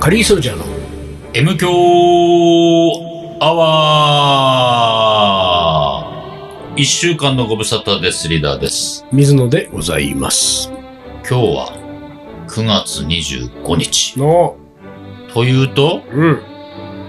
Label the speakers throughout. Speaker 1: カリーソルジャーの
Speaker 2: M 強アワー一週間のご無沙汰です、リーダーです。
Speaker 1: 水野でございます。
Speaker 2: 今日は9月25日。
Speaker 1: の、
Speaker 2: というと、
Speaker 1: うん。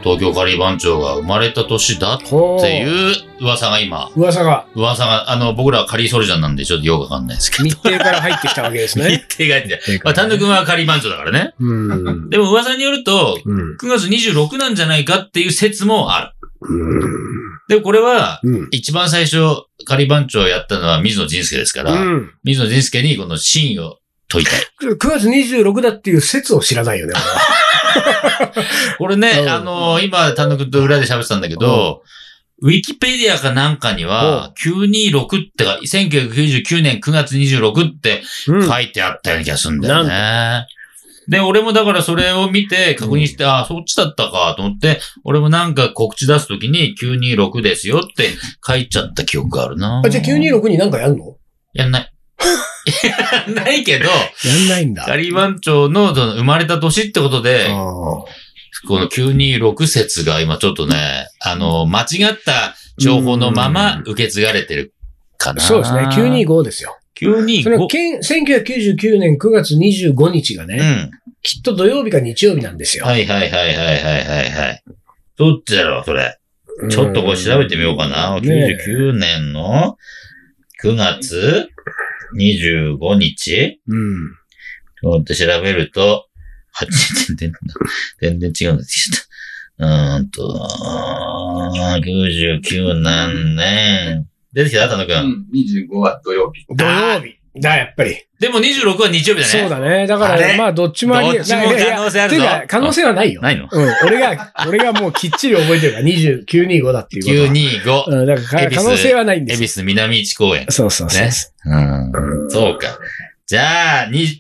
Speaker 2: 東京カリー番長が生まれた年だっ
Speaker 1: ほ
Speaker 2: て
Speaker 1: う。
Speaker 2: いう噂が今、
Speaker 1: 噂が
Speaker 2: 噂が、あの、僕らはカリーソルジャーなんでちょっとよくわかんないですけど。
Speaker 1: 日程から入ってきたわけですね。
Speaker 2: 日程がいいんで。 まあ、丹野くんはカリー番長だからね。
Speaker 1: うん。
Speaker 2: でも噂によると、
Speaker 1: うん。
Speaker 2: 9月26なんじゃないかっていう説もあ
Speaker 1: うん。
Speaker 2: る。で、これは、
Speaker 1: うん。
Speaker 2: 一番最初、仮番長をやったのは水野仁介ですから、
Speaker 1: うん。
Speaker 2: 水野仁介にこの真意を問いたい。
Speaker 1: 9月26だっていう説を知らないよね。俺は
Speaker 2: これね、
Speaker 1: うん
Speaker 2: あのー今、丹野くんと裏で喋ってたんだけど、ウィキペディアかなんかには、926ってか、1999年9月26って
Speaker 1: うん。
Speaker 2: 書いてあったような気がするんだよね。で、俺もだからそれを見て確認して、あ、そっちだったかと思って、俺もなんか告知出すときに926ですよって書いちゃった記憶があるな。
Speaker 1: あ、じゃあ926になんかやんの
Speaker 2: やんない。 やんないけ ど、
Speaker 1: やんないんだ
Speaker 2: ガリバン長のその生まれた年ってことで、
Speaker 1: あ
Speaker 2: この926説が今ちょっとね、あの、間違った情報のまま受け継がれてるか
Speaker 1: ー
Speaker 2: な。
Speaker 1: そうですね。925ですよ。それは
Speaker 2: 925。
Speaker 1: けん1999年9月25日が
Speaker 2: う
Speaker 1: ね、
Speaker 2: ん。
Speaker 1: きっと土曜日か日曜日なんですよ。
Speaker 2: はいはいはいはいはいはいはい。どっちだろう、それ。
Speaker 1: うん
Speaker 2: ちょっとこれ調べてみようかな。
Speaker 1: ねえ
Speaker 2: 99年の9月25日
Speaker 1: うん。
Speaker 2: ちょっと調べると、あ、 全然、全然違うんです。ちょっとうーんと、あー99何年。出てきた、田野く。
Speaker 3: うんん、25は土曜日。
Speaker 1: 土曜日だ、やっぱり。
Speaker 2: でも26は日曜日だね。
Speaker 1: そうだね。だか
Speaker 2: あ
Speaker 1: ら、
Speaker 2: れ
Speaker 1: まあ、どっちもあり
Speaker 2: どっちも
Speaker 1: いやいや
Speaker 2: 可能性あ
Speaker 1: て
Speaker 2: る
Speaker 1: い
Speaker 2: ぞ
Speaker 1: う。か、可能性はないよ。
Speaker 2: ないの
Speaker 1: うん。俺 が、俺がもうきっちり覚えてるから、20 925だっていうこ
Speaker 2: ?925。
Speaker 1: と。うん、だから
Speaker 2: 恵比
Speaker 1: 可
Speaker 2: 寿
Speaker 1: 能性はないんで
Speaker 2: 恵
Speaker 1: すよ。
Speaker 2: 比寿南市公園。
Speaker 1: そうそうそう。
Speaker 2: ねうん
Speaker 1: う。
Speaker 2: そうか。じゃあ、に、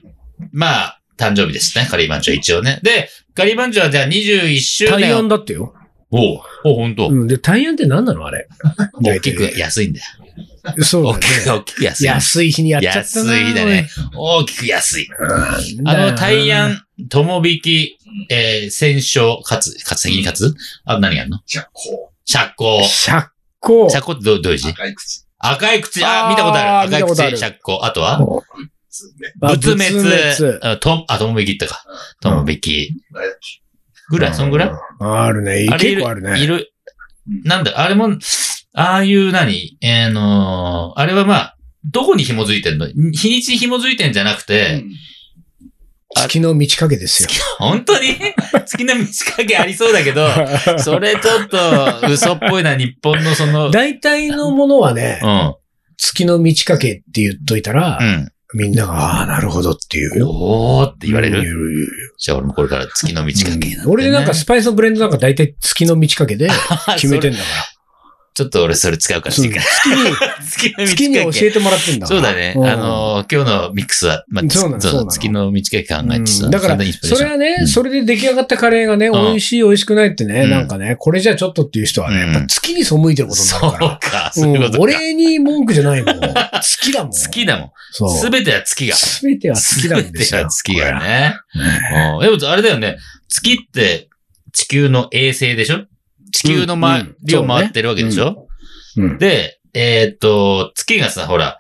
Speaker 2: まあ、誕生日ですね。カリーバンチョ一応ね。で、カリーバンチョはじゃあ21周
Speaker 1: 対
Speaker 2: 年
Speaker 1: 案
Speaker 2: を。
Speaker 1: だってよ。
Speaker 2: おうおう、ほんと
Speaker 1: う。ん。で、対案って何なのあれ。
Speaker 2: 大きく安いんだよ。
Speaker 1: そうだ
Speaker 2: 大
Speaker 1: ね。
Speaker 2: きく、大きく安い。
Speaker 1: 安い日にやっちゃった
Speaker 2: 安
Speaker 1: な。
Speaker 2: いだね。大きく安い。
Speaker 1: うん。
Speaker 2: あの、
Speaker 1: だ
Speaker 2: 対案、友引き、えー、戦勝、勝つ、勝つ、責任勝つあと何があるの
Speaker 3: じゃあ、こ
Speaker 2: 釈光。
Speaker 1: 釈光。
Speaker 2: 釈光ってどうどういう
Speaker 3: う、
Speaker 2: 字
Speaker 3: 赤い口
Speaker 2: 赤い口、あ
Speaker 1: あー
Speaker 2: 見たことある。
Speaker 1: 見た
Speaker 2: 赤い
Speaker 1: ことある
Speaker 2: 口、釈光。あとは
Speaker 3: ですね。
Speaker 1: あ
Speaker 2: 仏滅。
Speaker 1: 仏滅
Speaker 2: あと、あ、友引きってか。
Speaker 1: うん
Speaker 2: 友引き。
Speaker 3: 誰だっ
Speaker 2: ぐらい、そんぐらい
Speaker 1: あるね。
Speaker 2: あれい
Speaker 1: 結
Speaker 2: る
Speaker 1: 構ある
Speaker 2: い
Speaker 1: ね。
Speaker 2: る。なんだ、あれも、ああいう何えーのーあれはまあ、どこに紐づいてんの日にちに紐づいてんじゃなく
Speaker 3: け
Speaker 2: て、
Speaker 1: 月の満ち欠けですよ。
Speaker 2: 本当 に月の満ち欠けありそうだけど、それちょっと嘘っぽいな、日本のその、うん、
Speaker 1: 大体のものはね、
Speaker 2: う
Speaker 1: 月の満ち欠けって言っといたら、
Speaker 2: ん。
Speaker 1: みんなが、ああ、なるほどっていうよ。
Speaker 2: おーって言われる。
Speaker 1: る
Speaker 2: じゃあ俺もこれから月の満ち欠けなんてね
Speaker 1: 俺なんかスパイスのブレンドなんか大体月の満ち欠け で決めてんだか。
Speaker 2: ちょっと俺それ使うからら
Speaker 1: そう
Speaker 2: し
Speaker 1: 月
Speaker 2: っか
Speaker 1: に、
Speaker 2: り
Speaker 1: 月
Speaker 2: 月の満 ち
Speaker 1: に
Speaker 2: 欠
Speaker 1: 教
Speaker 2: け。
Speaker 1: えてもらってんだから。
Speaker 2: そうだね。
Speaker 1: うん
Speaker 2: あのー、今日のミックスは、まあ、
Speaker 1: そうなの
Speaker 2: つ
Speaker 1: そうなの
Speaker 2: 月の満ち欠け考えて
Speaker 1: う
Speaker 2: さ
Speaker 1: んだから
Speaker 2: れでインスピレー
Speaker 1: そ
Speaker 2: シ
Speaker 1: れ
Speaker 2: ョン
Speaker 1: はね、
Speaker 2: うん
Speaker 1: それで出来上がったカレーがね、
Speaker 2: うん
Speaker 1: 美味しい美味しくないってね、
Speaker 2: うん
Speaker 1: なんかね、これじゃちょっとっていう人はね、
Speaker 2: うん
Speaker 1: やっぱ月に背いてることにな
Speaker 2: そ
Speaker 1: る
Speaker 2: う
Speaker 1: から。
Speaker 2: か、
Speaker 1: う
Speaker 2: そういうこと
Speaker 1: ん、
Speaker 2: か。
Speaker 1: 俺に文句じゃない もん。月だもん。
Speaker 2: 月だもん。
Speaker 1: そう。
Speaker 2: すべては月が。
Speaker 1: すべては月なんですよ。
Speaker 2: すべては月がね。うんでも、あれだよね。月って地球の衛星でしょ地球の
Speaker 1: う
Speaker 2: 周
Speaker 1: ん
Speaker 2: りを回ってるわけでしょ、
Speaker 1: これは。うん
Speaker 2: で、えーっと、月がさ、ほら、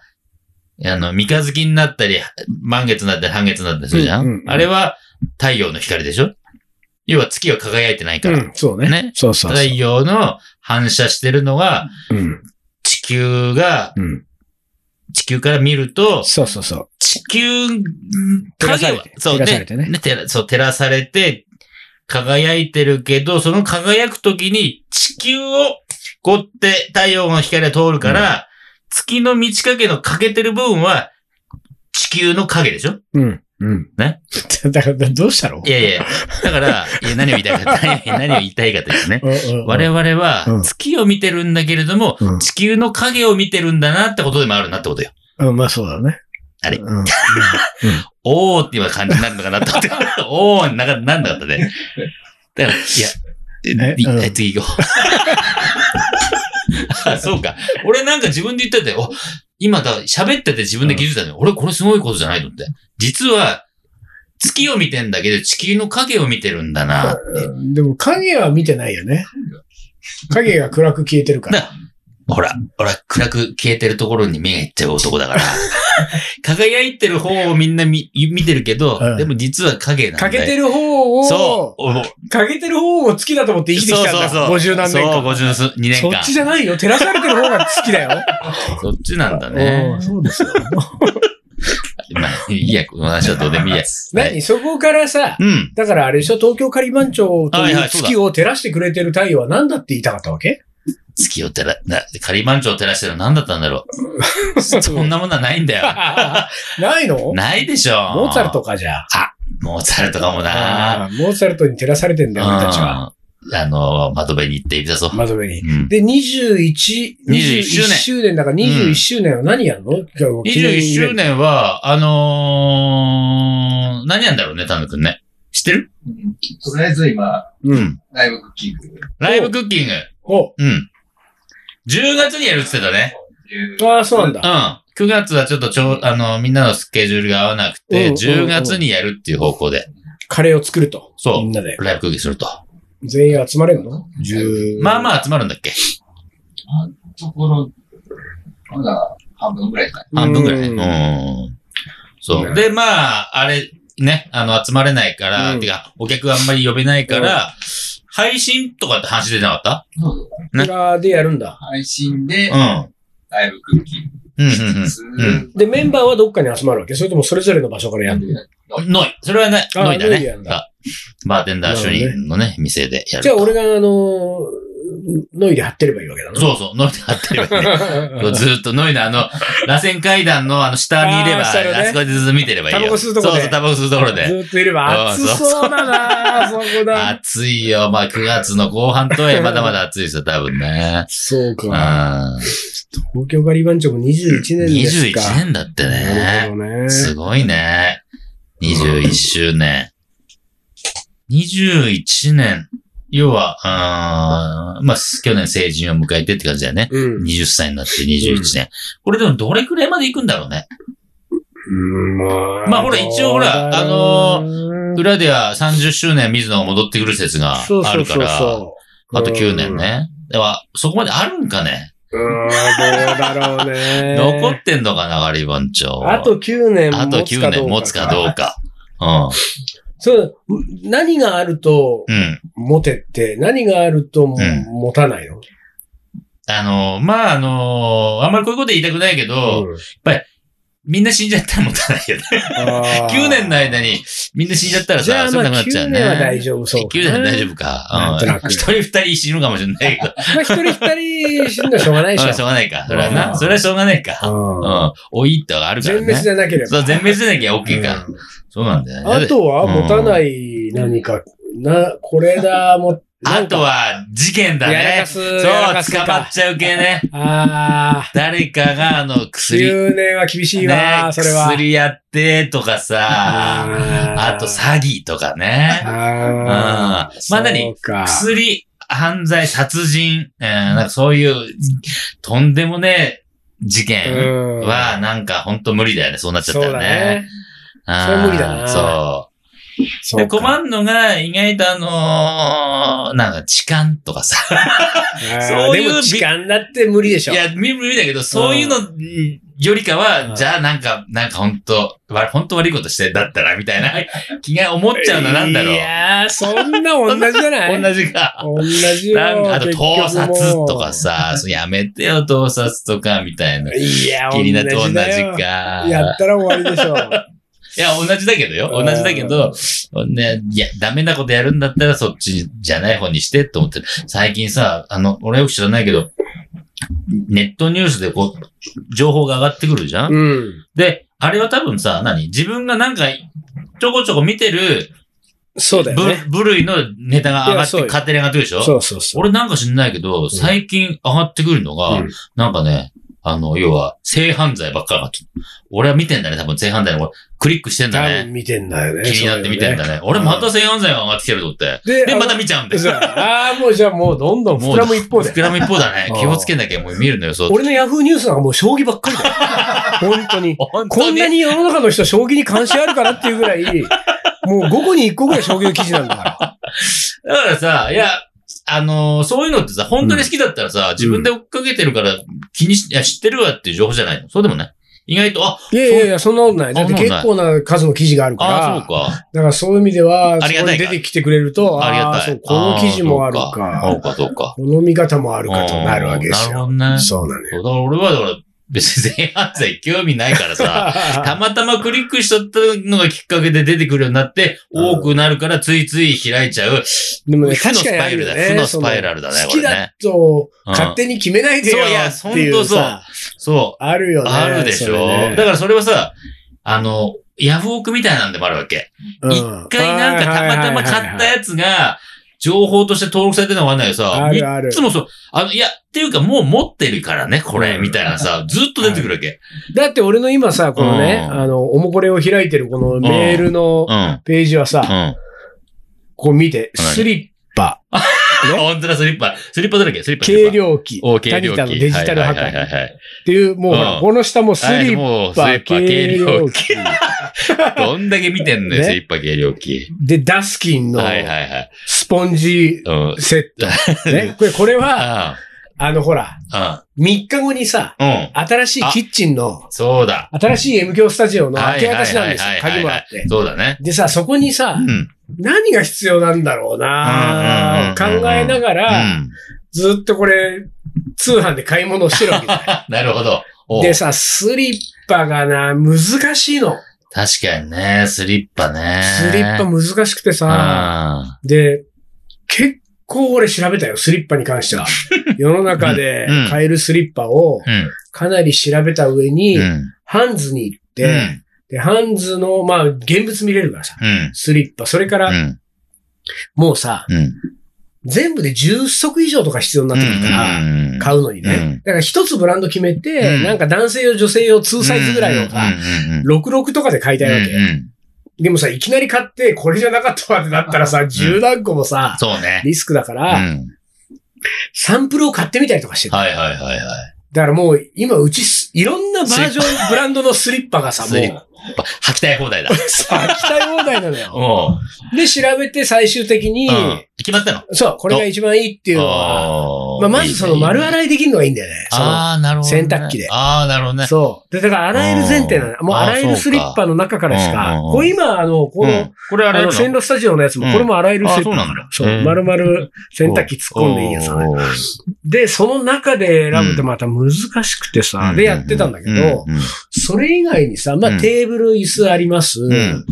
Speaker 2: あの、三日月になったり、満月になったり、半月になったりするじゃん、
Speaker 1: うんうんうん
Speaker 2: あれは太陽の光でしょ要は月は輝いてないか
Speaker 1: う
Speaker 2: ら。
Speaker 1: ん、そうね。
Speaker 2: ね
Speaker 1: そうそうそ
Speaker 2: 太
Speaker 1: う。
Speaker 2: 陽の反射してるのが、
Speaker 1: うん。
Speaker 2: 地球が、
Speaker 1: うん。
Speaker 2: 地球から見ると、
Speaker 1: そうそうそう。
Speaker 2: 地球、
Speaker 1: 照らさ
Speaker 2: 影
Speaker 1: れ
Speaker 2: は
Speaker 1: て、
Speaker 2: そう
Speaker 1: 照ら
Speaker 2: ね
Speaker 1: されてね
Speaker 2: ね照らそう、照らされて、輝いてるけど、その輝くときに地球をこうって太陽の光が通るから、月の満ち欠けの欠けてる部分は地球の影でしょ
Speaker 1: うん。うん。
Speaker 2: ね。
Speaker 1: だから、どうしたの
Speaker 2: いやいや、だから、いや何を言いたいか、何を言いたいかですね。我
Speaker 1: 々、
Speaker 2: 々
Speaker 1: うん
Speaker 2: は月を見てるんだけれども、
Speaker 1: うん
Speaker 2: 地球の影を見てるんだなってことでもあるなってことよ。
Speaker 1: うん、まあそうだね。
Speaker 2: あれ
Speaker 1: うん。
Speaker 2: おーって今感じになるのかなと思って。 おー、なんか、なんだったね。だから、いや、
Speaker 1: え
Speaker 2: えい
Speaker 1: うん
Speaker 2: え次行こう。 あ、そうか。俺なんか自分で言ってて、お、今だ、喋ってて自分で気づいたね。俺これすごいことじゃないと思って。実は、月を見てんだけど、地球の影を見てるんだなって。
Speaker 1: でも影は見てないよね。影が暗く消えてるから。
Speaker 2: ほら、ほら、暗く消えてるところに目がいっちゃう男だから。 輝いてる方をみんな見、見てるけど、
Speaker 1: うん
Speaker 2: でも実は影なんだよ。
Speaker 1: 欠けてる方を、
Speaker 2: そう。お
Speaker 1: 欠けてる方を好きだと思って生きてきたんだ。50何年
Speaker 2: そう、
Speaker 1: 間。
Speaker 2: 50数2年
Speaker 1: そ
Speaker 2: 間。
Speaker 1: っちじゃないよ。照らされてる方が好きだ よ。
Speaker 2: そっちなんだね
Speaker 1: うん。そうですよ。
Speaker 2: まあ、いいや、この話はどうでもい いや。はい
Speaker 1: 何そこからさ、
Speaker 2: うん。
Speaker 1: だからあれでしょ、東京カリマン町と
Speaker 2: はい
Speaker 1: い
Speaker 2: は
Speaker 1: う
Speaker 2: いそうだ
Speaker 1: 月を照らしてくれてる太陽は何だって言いたかったわけ
Speaker 2: 月を照ら、な、仮番長を照らしてるの何だったんだろう。そんなものはないんだよ。
Speaker 1: ないの
Speaker 2: ないでしょ。
Speaker 1: モーツァル。トかじゃあ
Speaker 2: モーツァルトかもな。
Speaker 1: あーモーツァルトに照らされてんだよ、俺たちは。
Speaker 2: うんあの、窓辺に行っていたぞ。
Speaker 1: まとめに。
Speaker 2: うん。
Speaker 1: で、21、
Speaker 2: 21周年
Speaker 1: 周年だから21周年は何やるの、記念イ
Speaker 2: 21
Speaker 1: ベ
Speaker 2: 周
Speaker 1: ント
Speaker 2: 年は、あのー、何やんだろうね、タヌ君ね。知ってる
Speaker 3: とりあえず今、
Speaker 1: うん。
Speaker 3: ライブクッキングっ
Speaker 2: ライブクッキング。
Speaker 1: お
Speaker 2: うん。10月にやるって言ってたね。
Speaker 3: ていう。
Speaker 1: ああ、そうなん
Speaker 2: うん。
Speaker 1: だ。
Speaker 2: 9月はちょっとちょう、あの、みんなのスケジュールが合わなく
Speaker 1: うんうん
Speaker 2: て、
Speaker 1: うん
Speaker 2: 10月にやるっていう方向で、
Speaker 1: カレーを作ると。
Speaker 2: そう
Speaker 1: みんなで。
Speaker 2: ライブクッキングすると。
Speaker 1: 全員集まれるの ?10。
Speaker 2: まあ
Speaker 1: あ。
Speaker 2: まあ集まるんだっけ
Speaker 3: ところ、まだ半分ぐらいかな。
Speaker 2: 半分ぐらいね。
Speaker 1: うん
Speaker 2: うん。そうう。
Speaker 3: ん
Speaker 2: で、まあ、あれ、ね、あの、集まれないから、
Speaker 1: うん
Speaker 2: てか、お客あんまり呼べないから、配信とかって話出てなかっ
Speaker 3: そう
Speaker 2: ね
Speaker 1: 裏でやるんだ。
Speaker 3: 配信で
Speaker 2: たうん。
Speaker 3: ライブクッキン
Speaker 2: うん、う
Speaker 3: グ
Speaker 2: ん、
Speaker 3: する。
Speaker 2: ん
Speaker 1: で、メンバーはどっかに集まるわけそれともそれぞれの場所からやるの
Speaker 2: うん。ノイ。それはね、
Speaker 1: あ
Speaker 2: ノイだ
Speaker 1: ノイや
Speaker 2: ね
Speaker 1: ん。だ
Speaker 2: がバーテンダー主任のね、店でやる。
Speaker 1: じゃあ、俺が、あのー、ノイで貼ってればいいわけだな。
Speaker 2: そうそう、ノイで貼ってるよね。
Speaker 1: う
Speaker 2: ずーっとノイの あの、螺旋階段のあの下にいれば、
Speaker 1: あー
Speaker 2: あ
Speaker 1: 下のね
Speaker 2: そこでずっと見てればいいよ。
Speaker 1: タバコ吸うとこで
Speaker 2: そうそう、タバコ吸うところ
Speaker 1: ず
Speaker 2: で。
Speaker 1: ーっといれば暑そうだなそこだ。
Speaker 2: 暑いよ。まあ、9月の後半とは いえ、まだまだ暑いですよ、多分ね。
Speaker 1: そう
Speaker 2: うん。
Speaker 1: か。
Speaker 2: 21
Speaker 1: 東京ガリバンチョも21年ですか。
Speaker 2: 年だって
Speaker 1: なる
Speaker 2: ね。
Speaker 1: ほどね。
Speaker 2: すごいね。21周年。21年。要は、うーん、まあ、去年成人を迎えてって感じだよね。
Speaker 1: うん。
Speaker 2: 20歳になって21年。これでもどれくらいまで行くんだろうね。
Speaker 1: うんま
Speaker 2: まあほら一応ほら
Speaker 1: どうだろうな
Speaker 2: 裏では30周年水野が戻ってくる説が
Speaker 1: そう
Speaker 2: あ
Speaker 1: そう
Speaker 2: る
Speaker 1: そ
Speaker 2: か
Speaker 1: う
Speaker 2: ら、
Speaker 1: そう
Speaker 2: あと9年。ね。では、そこまであるんかね、
Speaker 1: うん、うんどうだろうね。
Speaker 2: 残ってんのかな、ガリバン長。
Speaker 1: あと9年
Speaker 2: あと9年持つかどうか。
Speaker 1: そう、何があると
Speaker 2: うん。うん。
Speaker 1: 持てって、何があるとも
Speaker 2: うん
Speaker 1: 持たないの、
Speaker 2: あのー、まあ、あのー、あんまりこういうこと言いたくないけど、
Speaker 1: うん
Speaker 2: みんな死んじゃったら持たないよね。
Speaker 1: あー
Speaker 2: 9年の間にみんな死んじゃったら
Speaker 1: じゃ
Speaker 2: さ、
Speaker 1: あ
Speaker 2: それ
Speaker 1: ま
Speaker 2: なく
Speaker 1: あ
Speaker 2: なっちゃ
Speaker 1: 9
Speaker 2: うね。
Speaker 1: 年は大丈夫そうか
Speaker 2: 9
Speaker 1: な。
Speaker 2: 年は大丈夫か。
Speaker 1: なんと
Speaker 2: うん
Speaker 1: なく
Speaker 2: 一人二人死ぬかもしれな いけど。
Speaker 1: まあ一人二人死んだらしょうがないで
Speaker 2: うん
Speaker 1: し
Speaker 2: し
Speaker 1: ょ。
Speaker 2: ょうがないか。それは
Speaker 1: う
Speaker 2: な。
Speaker 1: ん
Speaker 2: それはしょうがないか。う
Speaker 1: うん
Speaker 2: ん。老いとかあるから
Speaker 1: 全
Speaker 2: ね。
Speaker 1: 滅じゃなければ。
Speaker 2: そう、全滅でなきゃ OK か。
Speaker 1: うん
Speaker 2: そうなんだよね。
Speaker 1: あとは持たない何か、な、これだ、 も、な
Speaker 2: あ
Speaker 1: んか
Speaker 2: とは、事件だ
Speaker 1: やらか
Speaker 2: ね。
Speaker 1: す、
Speaker 2: そう、
Speaker 1: やらかす
Speaker 2: 捕ま
Speaker 1: か
Speaker 2: っ。ちゃう系ね。
Speaker 1: ああ、
Speaker 2: 誰かが、あの、薬、
Speaker 1: 10年は厳しいわ、
Speaker 2: ね、
Speaker 1: それは。
Speaker 2: 薬やって、とかさ、
Speaker 1: あ
Speaker 2: あと、詐欺とかね。うん。
Speaker 1: ああ、
Speaker 2: まあ何
Speaker 1: そうか。
Speaker 2: 薬、犯罪、殺人、えーなんかそういう、とんでもねえ事件
Speaker 1: うん
Speaker 2: は、なんかほんと無理だよね。そうなっちゃっ
Speaker 1: そう
Speaker 2: たよ
Speaker 1: だ
Speaker 2: ね。
Speaker 1: ね。
Speaker 2: あ
Speaker 1: それは無理だな
Speaker 2: そう。
Speaker 1: そ
Speaker 2: で、
Speaker 1: うか
Speaker 2: 困んのが、意外とあのーなんか、痴漢とかさ。
Speaker 1: あー
Speaker 2: そういう
Speaker 1: でも時間だって無理でしょ。
Speaker 2: いや、見る見るだけど、そういうのよりか
Speaker 1: う
Speaker 2: は、
Speaker 1: ん
Speaker 2: じゃあなんか、なんか本当わ本当悪いことしてんだったら、みたいな気が思っちゃうのはなんだろ。
Speaker 1: いうやー、そんな同じじゃない
Speaker 2: 同じか。
Speaker 1: 同じよ。
Speaker 2: なんか、あと、盗
Speaker 1: 結
Speaker 2: 撮
Speaker 1: 局もう
Speaker 2: とか。さ、そうやめてよ、盗撮とか、みたいな。
Speaker 1: いや、
Speaker 2: 気になって同じ
Speaker 1: だよ
Speaker 2: か。い
Speaker 1: や
Speaker 2: や
Speaker 1: っ、たら終わりでしょ。
Speaker 2: 同じだけどよ。同じだけど、ね、いや、ダメなことやるんだったら、そっちじゃない方にして、と思ってる。最近さ、あの、俺よく知らないけど、ネットニュースでこう、情報が上がってくるじゃん
Speaker 1: うん。
Speaker 2: で、あれは多分さ、何自分がなんか、ちょこちょこ見てる
Speaker 1: そうだよ
Speaker 2: 部
Speaker 1: ね。
Speaker 2: 部類のネタが上
Speaker 1: いや
Speaker 2: がって
Speaker 1: そう、よ
Speaker 2: 勝手に上がってくるでしょ
Speaker 1: そうそうそう。
Speaker 2: 俺なんか知んないけど、最近上がってくるのが、
Speaker 1: うん
Speaker 2: なんかね、あの、要は、性犯罪ばっかり上がってる俺は見てんだね、多分性犯罪のこれ、クリックしてんだ
Speaker 1: 多
Speaker 2: ね。
Speaker 1: 分見てんだよね。
Speaker 2: 気になって見てんだね。俺また性犯罪が上がってきてると思って。
Speaker 1: それはね。
Speaker 2: で、
Speaker 1: あの
Speaker 2: また見ちゃうんだよ。
Speaker 1: そうああ、もうじゃあもうどんどん膨らむ一方で。
Speaker 2: 膨。らむ一方だね
Speaker 1: ああ
Speaker 2: 気をつけなきゃもう見るのよ、そう。
Speaker 1: 俺のヤフーニュースなんかもう将棋ばっかり だよ。本当に。
Speaker 2: 本
Speaker 1: こ
Speaker 2: 当
Speaker 1: ん
Speaker 2: に
Speaker 1: なに世の中の人将棋に関心あるかなっていうぐらい、もう5個に1個ぐらい商業記事なんだ から。
Speaker 2: だからさ、いや、あのーそういうのってさ、本当に好きだったらさ、自分で追っかけてるから気にし、いや、知ってるわっていう情報じゃないのそうでもない意外と、あ、
Speaker 1: いやいやいや、そんなことない。だって結構な数の記事があるから。
Speaker 2: ああ、そうか。
Speaker 1: だからそういう意味では、
Speaker 2: あり
Speaker 1: そ
Speaker 2: が
Speaker 1: こ
Speaker 2: たい
Speaker 1: に
Speaker 2: か
Speaker 1: 出てきてくれると、
Speaker 2: あり
Speaker 1: あ
Speaker 2: が
Speaker 1: あ、
Speaker 2: た
Speaker 1: そ
Speaker 2: い。
Speaker 1: う、この記事もあるか。
Speaker 2: そうか、そうか。
Speaker 1: この見方もあるかと
Speaker 2: うん
Speaker 1: なるわけです
Speaker 2: なる
Speaker 1: よ。
Speaker 2: ほどね。そ
Speaker 1: そうなのよ。
Speaker 2: うだから俺は、だから、別に性犯罪興味ないからさ、 たまたまクリックしちゃったのがきっかけで出てくるようになって、
Speaker 1: うん
Speaker 2: 多くなるからついつい開いちゃう。
Speaker 1: で もね、
Speaker 2: 負の
Speaker 1: 確
Speaker 2: ス
Speaker 1: かにあ
Speaker 2: パイ
Speaker 1: る
Speaker 2: ラル
Speaker 1: よね。
Speaker 2: だ負のスパイラルだね
Speaker 1: その
Speaker 2: これね
Speaker 1: 好きだと、
Speaker 2: うん
Speaker 1: 勝手に決めないでよ
Speaker 2: そういや
Speaker 1: っていうさ、
Speaker 2: そう。
Speaker 1: あるよね。
Speaker 2: あるでしょ、
Speaker 1: それね
Speaker 2: だからそれはさ、あの、ヤフオクみたいなんでもあるわけ。
Speaker 1: うん
Speaker 2: 一、回なんかたまたま買ったやつが、情報として登録されてるのがわかんないけどさ、
Speaker 1: あるある
Speaker 2: いつもそう、あの、いや、っていうかもう持ってるからね、これ、
Speaker 1: うん
Speaker 2: みたいなさ、ずっと出てくるわけ。
Speaker 1: だって俺の今さ、このね、
Speaker 2: うん
Speaker 1: あの、おもこれを開いてるこのメールのページは
Speaker 2: う
Speaker 1: さ、
Speaker 2: ん。うん。
Speaker 1: こう見て、
Speaker 2: 何
Speaker 1: スリッパ、え
Speaker 2: 本当だ、スリッパ。スリッパだらけ、スリッパ。
Speaker 1: 軽量機、
Speaker 2: お
Speaker 1: タ
Speaker 2: 軽
Speaker 1: ニ
Speaker 2: 量
Speaker 1: タの
Speaker 2: 機
Speaker 1: デジタル破
Speaker 2: はいはいはい
Speaker 1: 壊っ
Speaker 2: はい。
Speaker 1: ていう、もうほら
Speaker 2: うん
Speaker 1: この下もスリッ
Speaker 2: もうスリ
Speaker 1: パ、
Speaker 2: ッパ、軽
Speaker 1: 軽
Speaker 2: 量
Speaker 1: 量
Speaker 2: 機。
Speaker 1: 機。
Speaker 2: どんだけ見てんのよ、
Speaker 1: ね
Speaker 2: スリッパ、軽量機。
Speaker 1: で、ダスキンの
Speaker 2: はいはいはい。
Speaker 1: スポンジ
Speaker 2: うん。
Speaker 1: セット。 ね、これ、これは、
Speaker 2: あ
Speaker 1: あのほら、
Speaker 2: あ、
Speaker 1: 3日後にさ、
Speaker 2: うん。うん。
Speaker 1: 新しいキッチンの、
Speaker 2: そうだ。
Speaker 1: 新しい M 響スタジオの
Speaker 2: は
Speaker 1: 明
Speaker 2: い
Speaker 1: け
Speaker 2: はい
Speaker 1: 渡
Speaker 2: はい
Speaker 1: しなん
Speaker 2: はい
Speaker 1: ですよ
Speaker 2: は。い
Speaker 1: 鍵もあって。
Speaker 2: そうだね。
Speaker 1: でさ、そこにさ
Speaker 2: う、ん。
Speaker 1: 何が必要なんだろうな
Speaker 2: うんうんうんうん
Speaker 1: 考えなが
Speaker 2: う
Speaker 1: ら、
Speaker 2: ん。
Speaker 1: ずっとこれ、通販で買い物をしてるわけじゃな
Speaker 2: なるほど。 お
Speaker 1: い。
Speaker 2: う
Speaker 1: でさ、スリッパがな、難しいの。
Speaker 2: 確かにね、スリッパね。
Speaker 1: スリッパ難しくてさ、
Speaker 2: あ
Speaker 1: で、結構俺調べたよ、スリッパに関 しては。世の中で
Speaker 2: うんうん
Speaker 1: 買えるスリッパを
Speaker 2: あ。うん。
Speaker 1: かなり調べた上に、
Speaker 2: うん。
Speaker 1: ハンズに行っ
Speaker 2: う
Speaker 1: て、
Speaker 2: ん。
Speaker 1: で、ハンズの、まあ、現物見れるからさ、
Speaker 2: うん。
Speaker 1: スリッパ。それか
Speaker 2: う
Speaker 1: ら、
Speaker 2: ん。
Speaker 1: もうさ、
Speaker 2: うん。
Speaker 1: 全部で10足以上とか必要になってくるから、
Speaker 2: うん
Speaker 1: 買うのにね。
Speaker 2: うん
Speaker 1: だから一つブランド決めて、
Speaker 2: うん
Speaker 1: なんか男性用、女性用、2サイズぐらいをさ、
Speaker 2: うんうんうん
Speaker 1: 66とかで買いたいわけ。
Speaker 2: うんうん
Speaker 1: でもさ、いきなり買って、これじゃなかったわってなったらさ、10何個もさ、
Speaker 2: そうね。
Speaker 1: リスクだか
Speaker 2: う
Speaker 1: ら、
Speaker 2: ん
Speaker 1: サンプルを買ってみたりとかしてた。
Speaker 2: はいはいはいはい。
Speaker 1: だからもう、今、うちす、いろんなバージョン、ブランドのスリッパがさ、も
Speaker 2: スリッ
Speaker 1: う
Speaker 2: パ、履きたい放題だ。
Speaker 1: さ、飽きたい放題なのよ。
Speaker 2: お う
Speaker 1: で、調べて最終的に、
Speaker 2: うん。決まったの
Speaker 1: そう、これが一番いいっていうのは、
Speaker 2: あー
Speaker 1: まあ、まずその丸洗いできるのがいいんだよね。その
Speaker 2: ああ、なるほどね。
Speaker 1: 洗濯機で
Speaker 2: ああ、なるほどね。
Speaker 1: そう。で、だから、洗える前提なの。
Speaker 2: うん
Speaker 1: もう、洗える
Speaker 2: あーそ
Speaker 1: ス
Speaker 2: うか
Speaker 1: リッパの中からしか、
Speaker 2: うんうんうん
Speaker 1: これ今、あの、この、
Speaker 2: うんこれ
Speaker 1: あ
Speaker 2: 洗える
Speaker 1: の、
Speaker 2: の
Speaker 1: 線路スタジオのやつも、
Speaker 2: うん
Speaker 1: これも洗えるスリッパ
Speaker 2: あ
Speaker 1: だ
Speaker 2: そう
Speaker 1: か
Speaker 2: なん
Speaker 1: ら
Speaker 2: だ。
Speaker 1: そう
Speaker 2: へー
Speaker 1: 丸々洗濯機突っ込んでいいやつだね。
Speaker 2: おー
Speaker 1: で、その中で選ぶってまた難しくてさ、で、やってたんだけど、
Speaker 2: うんうん
Speaker 1: それ以外にさ、ま
Speaker 2: う
Speaker 1: あ、
Speaker 2: ん
Speaker 1: テーブル、椅子あります。
Speaker 2: ん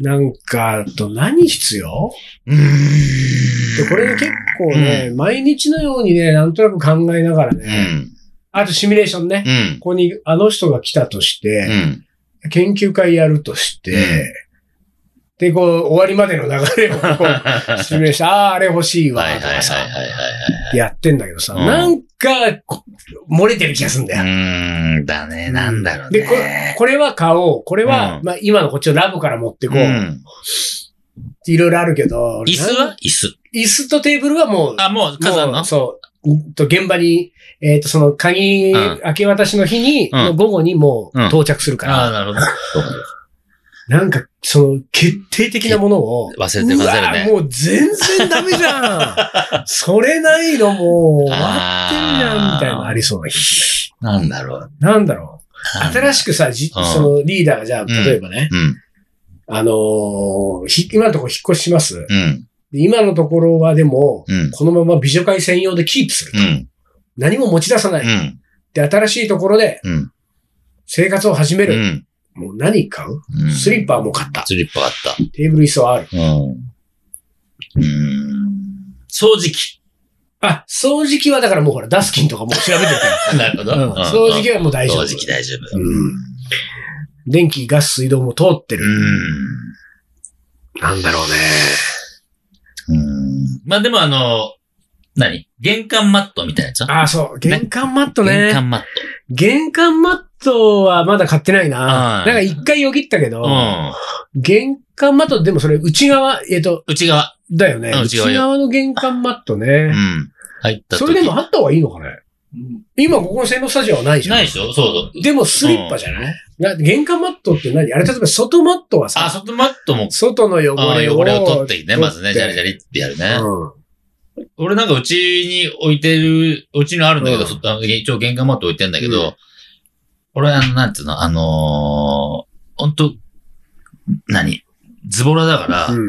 Speaker 1: なんか、あと何必要
Speaker 2: うん
Speaker 1: で、これね結構ね、毎日のようにね、なんとなく考えながら
Speaker 2: う
Speaker 1: ね、
Speaker 2: ん。
Speaker 1: あとシミュレーションね、
Speaker 2: う
Speaker 1: ここ
Speaker 2: ん。
Speaker 1: にあの人が来たとして、
Speaker 2: うん。
Speaker 1: 研究会やるとして、
Speaker 2: うん
Speaker 1: で、こう、終わりまでの流れをこ う、示して、ああ、あれ欲しいわ、
Speaker 2: はいはい
Speaker 1: と
Speaker 2: はい
Speaker 1: か
Speaker 2: はい
Speaker 1: さ、
Speaker 2: はい
Speaker 1: やってんだけどさ、
Speaker 2: うん
Speaker 1: なんか、こ漏れてる気がするんだ
Speaker 2: は
Speaker 1: よ。
Speaker 2: い。うーん、だね、なんだろうね。
Speaker 1: で、ここれは買おう。これは、
Speaker 2: うん
Speaker 1: まあ、今のこっちのラボから持ってこう。
Speaker 2: うん
Speaker 1: いろいろあるけど。
Speaker 2: 椅子
Speaker 1: なん
Speaker 2: は椅子。
Speaker 1: 椅子とテーブルはもう、
Speaker 2: あ、もう飾る
Speaker 1: も
Speaker 2: の
Speaker 1: うそう。うんと、現場に、えっ、と、その、鍵、
Speaker 2: うん
Speaker 1: 明け渡しの日に、
Speaker 2: うん
Speaker 1: の午後にもう
Speaker 2: うん
Speaker 1: 到着するか
Speaker 2: あ
Speaker 1: ら、
Speaker 2: あ、なるほど。
Speaker 1: なんか、その、決定的なものを、
Speaker 2: 忘れてくださるね。
Speaker 1: うわもう全然ダメじ ゃんそれないのもう終わってるじゃんみたいなのありそうな気がす
Speaker 2: なんだろう。
Speaker 1: るね。なんだろう。新
Speaker 2: し
Speaker 1: しくさ、じ
Speaker 2: うん
Speaker 1: そのリーダーがじゃあ、例えばね、
Speaker 2: い。うん。
Speaker 1: あのーひ今のところ引っ越しします。
Speaker 2: うん。
Speaker 1: で今のところはでも、
Speaker 2: うん。
Speaker 1: このまま美女会専用でキープする。
Speaker 2: うん。
Speaker 1: 何も持ち出さない。
Speaker 2: うん。
Speaker 1: で、新しいところで
Speaker 2: うん。
Speaker 1: 生活を始め
Speaker 2: う
Speaker 1: る。
Speaker 2: ん。
Speaker 1: もう何買う
Speaker 2: うん
Speaker 1: スリッパも買った。
Speaker 2: スリッパあった。
Speaker 1: テーブル椅子はある。
Speaker 2: うん。うーん。掃除機。
Speaker 1: あ、掃除機はだからもうほら、ダスキンとかもう調べて るか
Speaker 2: なるほど。
Speaker 1: ら。うん掃除機はもう大
Speaker 2: 大
Speaker 1: 丈夫。
Speaker 2: 掃除機大丈夫。
Speaker 1: うん電気、ガス、水道も通ってる。なんだろうね。
Speaker 2: うん。うん。まあでもあの、何玄関マットみたいなやつ
Speaker 1: ああ、そう。玄関マット
Speaker 2: 玄
Speaker 1: ね。
Speaker 2: 関マッ
Speaker 1: 玄関マットはまだ買ってない
Speaker 2: うん
Speaker 1: な。なんか一回よぎったけど、
Speaker 2: ト。うん。
Speaker 1: 玄関マットでもそれ内側、えっ、と、
Speaker 2: 内側。
Speaker 1: だよね。
Speaker 2: うん内
Speaker 1: 内
Speaker 2: 側よ
Speaker 1: 側の玄関マット
Speaker 2: う
Speaker 1: ね。
Speaker 2: ん。入った時
Speaker 1: それでもあった方がいいのかね。
Speaker 3: うん。
Speaker 1: 今ここの線路スタジオはないじゃん。
Speaker 2: ないでしょそうそう。
Speaker 1: でもスリッパじゃない、な玄関マットって何あれ、例えば外マットは
Speaker 2: あ、
Speaker 1: さ、
Speaker 2: 外マットも、
Speaker 1: 外の汚
Speaker 2: あ
Speaker 1: れを。
Speaker 2: 汚れを取ってね、まずね、ジャリジャ
Speaker 1: リ。
Speaker 2: リってやるね。
Speaker 1: うん。
Speaker 2: 俺なんかうちに置いてる、うちにあるんだけど、
Speaker 1: うん
Speaker 2: そあの一応玄関マット置いてんだけ
Speaker 1: う
Speaker 2: ど、俺、あの、なんていうの、あのー、ほんと、何ズボラだから、
Speaker 1: うん。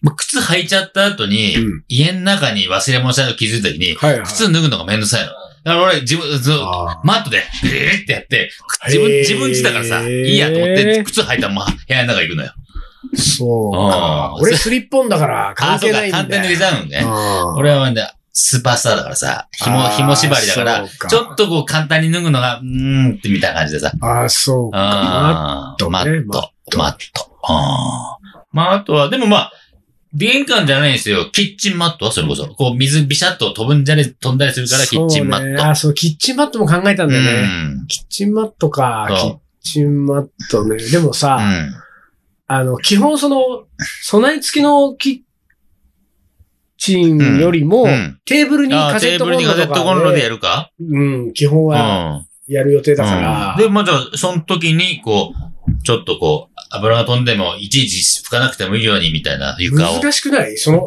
Speaker 2: もう靴履いちゃった後に、
Speaker 1: うん
Speaker 2: 家の中に忘れ物したの気づいた時に、
Speaker 1: はいはい。
Speaker 2: 靴脱ぐのがめんどくさいの。だから俺、自分、ず
Speaker 1: あ
Speaker 2: マットで、ビリビリってやって、
Speaker 1: ー
Speaker 2: 自分、自分家だからさ、
Speaker 1: へ
Speaker 2: い
Speaker 1: ー
Speaker 2: いやと思って、靴履いたまま部屋の中行くのよ。
Speaker 1: そうか。
Speaker 2: うん
Speaker 1: 俺スリッポンだから
Speaker 2: あ、
Speaker 1: 関
Speaker 2: そう
Speaker 1: 係
Speaker 2: か
Speaker 1: ないんだよ。
Speaker 2: 簡単に脱げちゃうのね。
Speaker 1: うん
Speaker 2: 俺はね、スーパースターだからさ、紐、
Speaker 1: あー
Speaker 2: 紐縛りだから、
Speaker 1: そうか
Speaker 2: ちょっとこう簡単に脱ぐのが、うーんってみたいな感じでさ。
Speaker 1: ああ、そうか。
Speaker 2: あー
Speaker 1: マットね
Speaker 2: マット、マット。あーまあ、あとは、でもまあ、玄関じゃないんですよ。キッチンマットはそれこそ。こう、水ビシャッと飛ぶんじゃね、飛んだりするから、キッチンマ
Speaker 1: そう
Speaker 2: ッ
Speaker 1: ね
Speaker 2: ト。
Speaker 1: あ、そう、キッチンマットも考えたん
Speaker 2: う
Speaker 1: だよね。
Speaker 2: ん。
Speaker 1: キッチンマットか。キ
Speaker 2: そ
Speaker 1: ッ
Speaker 2: う
Speaker 1: チンマットね。でも
Speaker 2: う
Speaker 1: さ、
Speaker 2: ん。
Speaker 1: あの、基本その、備え付きのキッチンよりも
Speaker 2: う、ん。
Speaker 1: テーブルに
Speaker 2: あ
Speaker 1: カ
Speaker 2: ー
Speaker 1: セ
Speaker 2: テ
Speaker 1: ッ
Speaker 2: ー
Speaker 1: ト
Speaker 2: ブ
Speaker 1: コン
Speaker 2: ル
Speaker 1: ロ
Speaker 2: にカセットコン
Speaker 1: と
Speaker 2: ロ
Speaker 1: か
Speaker 2: で
Speaker 1: で
Speaker 2: や、るか
Speaker 1: うん、基本
Speaker 2: う
Speaker 1: は
Speaker 2: ん。
Speaker 1: やる予定だから。
Speaker 2: うんで、まあ、じゃあ、その時に、こう、ちょっとこう、油が飛んでも、いちいち拭かなくてもいいように、みたいな床を。
Speaker 1: 難しくないその